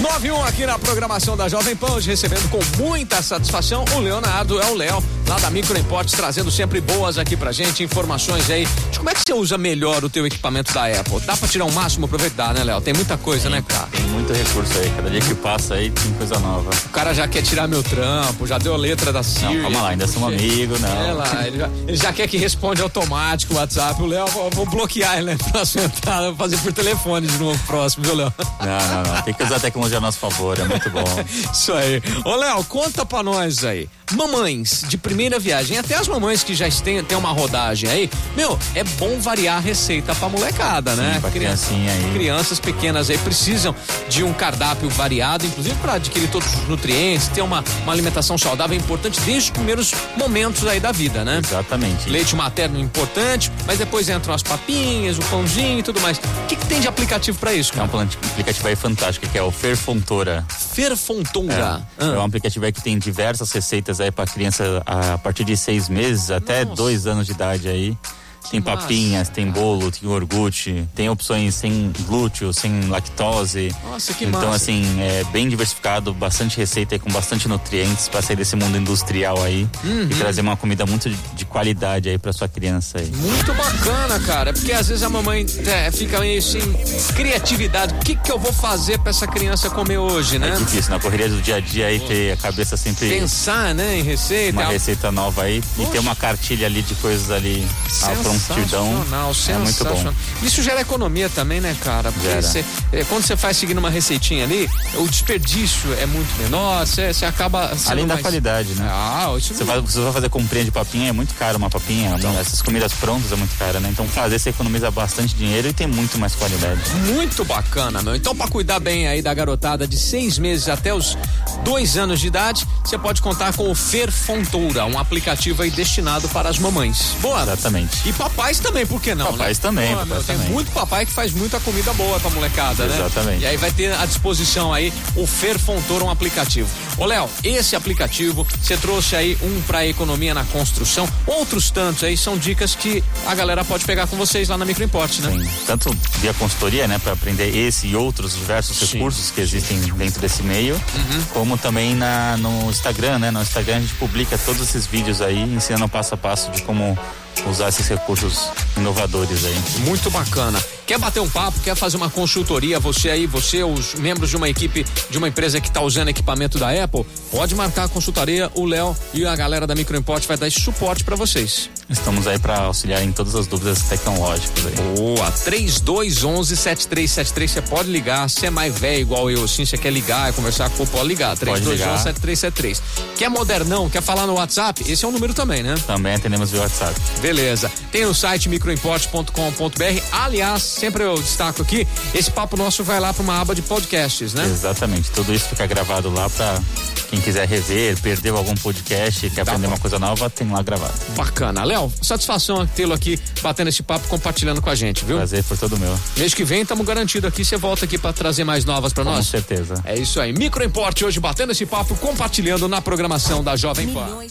991 aqui na programação da Jovem Pan, hoje recebendo com muita satisfação o Leonardo, é o Léo, lá da Micro Importes, trazendo sempre boas aqui pra gente, informações aí de como é que você usa melhor o teu equipamento da Apple. Dá pra tirar o um máximo proveito? Dá, né, Léo? Tem muita coisa, Tem- né, cara? Tem muito recurso aí. Cada dia que passa aí tem coisa nova. O cara já quer tirar meu trampo, já deu a letra da Siri. Não, calma lá, ainda sou um amigo, não. É lá, ele já, ele já quer que responda automático o WhatsApp. O Léo, vou, vou bloquear ele na próxima entrada, vou fazer por telefone de novo próximo, viu, Léo? Não, não, não. Tem que usar a tecnologia a nosso favor, é muito bom. Isso aí. Ô, Léo, conta pra nós aí. Mamães de primeira viagem, até as mamães que já têm, têm uma rodagem aí, meu, é bom variar a receita pra molecada, né? pra Crian- criancinha aí. Crianças pequenas aí precisam de um cardápio variado, inclusive pra adquirir todos os nutrientes, ter uma, uma alimentação saudável é importante desde os primeiros momentos aí da vida, né? Exatamente. Leite materno é importante, mas depois entram as papinhas, o pãozinho e tudo mais. O que, que tem de aplicativo pra isso, É um cara? plan- aplicativo aí fantástico que é o Ferfontora. É, Ferfontoura. é um aplicativo aí que tem diversas receitas aí pra criança a partir de seis meses até Nossa. dois anos de idade aí. Tem massa, papinhas, tem cara. bolo, tem iogurte, tem opções sem glúteo, sem lactose. Nossa, que Então, massa. assim, é bem diversificado, bastante receita aí com bastante nutrientes pra sair desse mundo industrial aí Uhum. e trazer uma comida muito de, de qualidade aí pra sua criança aí. Muito bacana, cara. Porque às vezes a mamãe é, fica meio sem criatividade. O que, que eu vou fazer pra essa criança comer hoje, né? É difícil, na correria do dia a dia aí ter a cabeça sempre Pensar, né, em receita. uma receita nova aí e Poxa. ter uma cartilha ali de coisas ali ah, à prontidão. Sensacional, É muito sensacional. bom. Isso gera economia também, né, cara? Porque Gera. cê- é, quando você faz seguindo uma receitinha ali, o desperdício é muito menor, você acaba. sendo Além da mais- qualidade, né? Ah, isso Você vai, você vai fazer comprinha de papinha, é muito caro uma papinha. Essas comidas prontas é muito cara, né? Então fazer você economiza bastante dinheiro e tem muito mais qualidade. Muito bacana, meu. Então, pra cuidar bem aí da garotada de seis meses até os dois anos de idade, você pode contar com o Fer Fontoura, um aplicativo aí destinado para as mamães. Boa. Exatamente. E papais também, por que não? Papais né? também, Pô, meu, papais tem também. muito papai que faz muita comida boa pra molecada, né? Exatamente. E aí vai ter à disposição aí o Fer Fontoura, um aplicativo. Ô, Léo, esse aplicativo, você trouxe aí um pra economia na construção, outros tantos aí são dicas que a galera pode pegar com vocês lá na Microimporte, né? Tem tanto via consultoria, né, para aprender esse e outros diversos Sim. Uhum. recursos que existem dentro desse meio, como também na, no Instagram, né? No Instagram a gente publica todos esses vídeos aí, ensinando passo a passo de como usar esses recursos inovadores aí. Muito bacana. Quer bater um papo, quer fazer uma consultoria, você aí, você, os membros de uma equipe de uma empresa que está usando equipamento da Apple, pode marcar a consultoria, o Léo e a galera da Microimport vai dar esse suporte para vocês. Estamos aí para auxiliar em todas as dúvidas tecnológicas aí. Boa, 3211-7373, você pode ligar, você é mais velho igual eu, assim, você quer ligar, conversar com o pode ligar, Pode ligar. 3211-7373. Quer modernão, quer falar no WhatsApp? Esse é o número também, né? Também atendemos via WhatsApp. Beleza. Tem o site microimportes.com.br. Aliás, sempre eu destaco aqui, esse papo nosso vai lá para uma aba de podcasts, né? Exatamente. Tudo isso fica gravado lá para quem quiser rever, perdeu algum podcast, quer Dá aprender pra- uma coisa nova, tem lá gravado. Bacana. Léo, satisfação tê-lo aqui batendo esse papo, compartilhando com a gente, viu? Prazer foi todo meu. Mês que vem estamos garantido aqui, você volta aqui para trazer mais novas para Com nós. certeza. É isso aí. Microimporte hoje batendo esse papo, compartilhando na programação da Jovem Pan.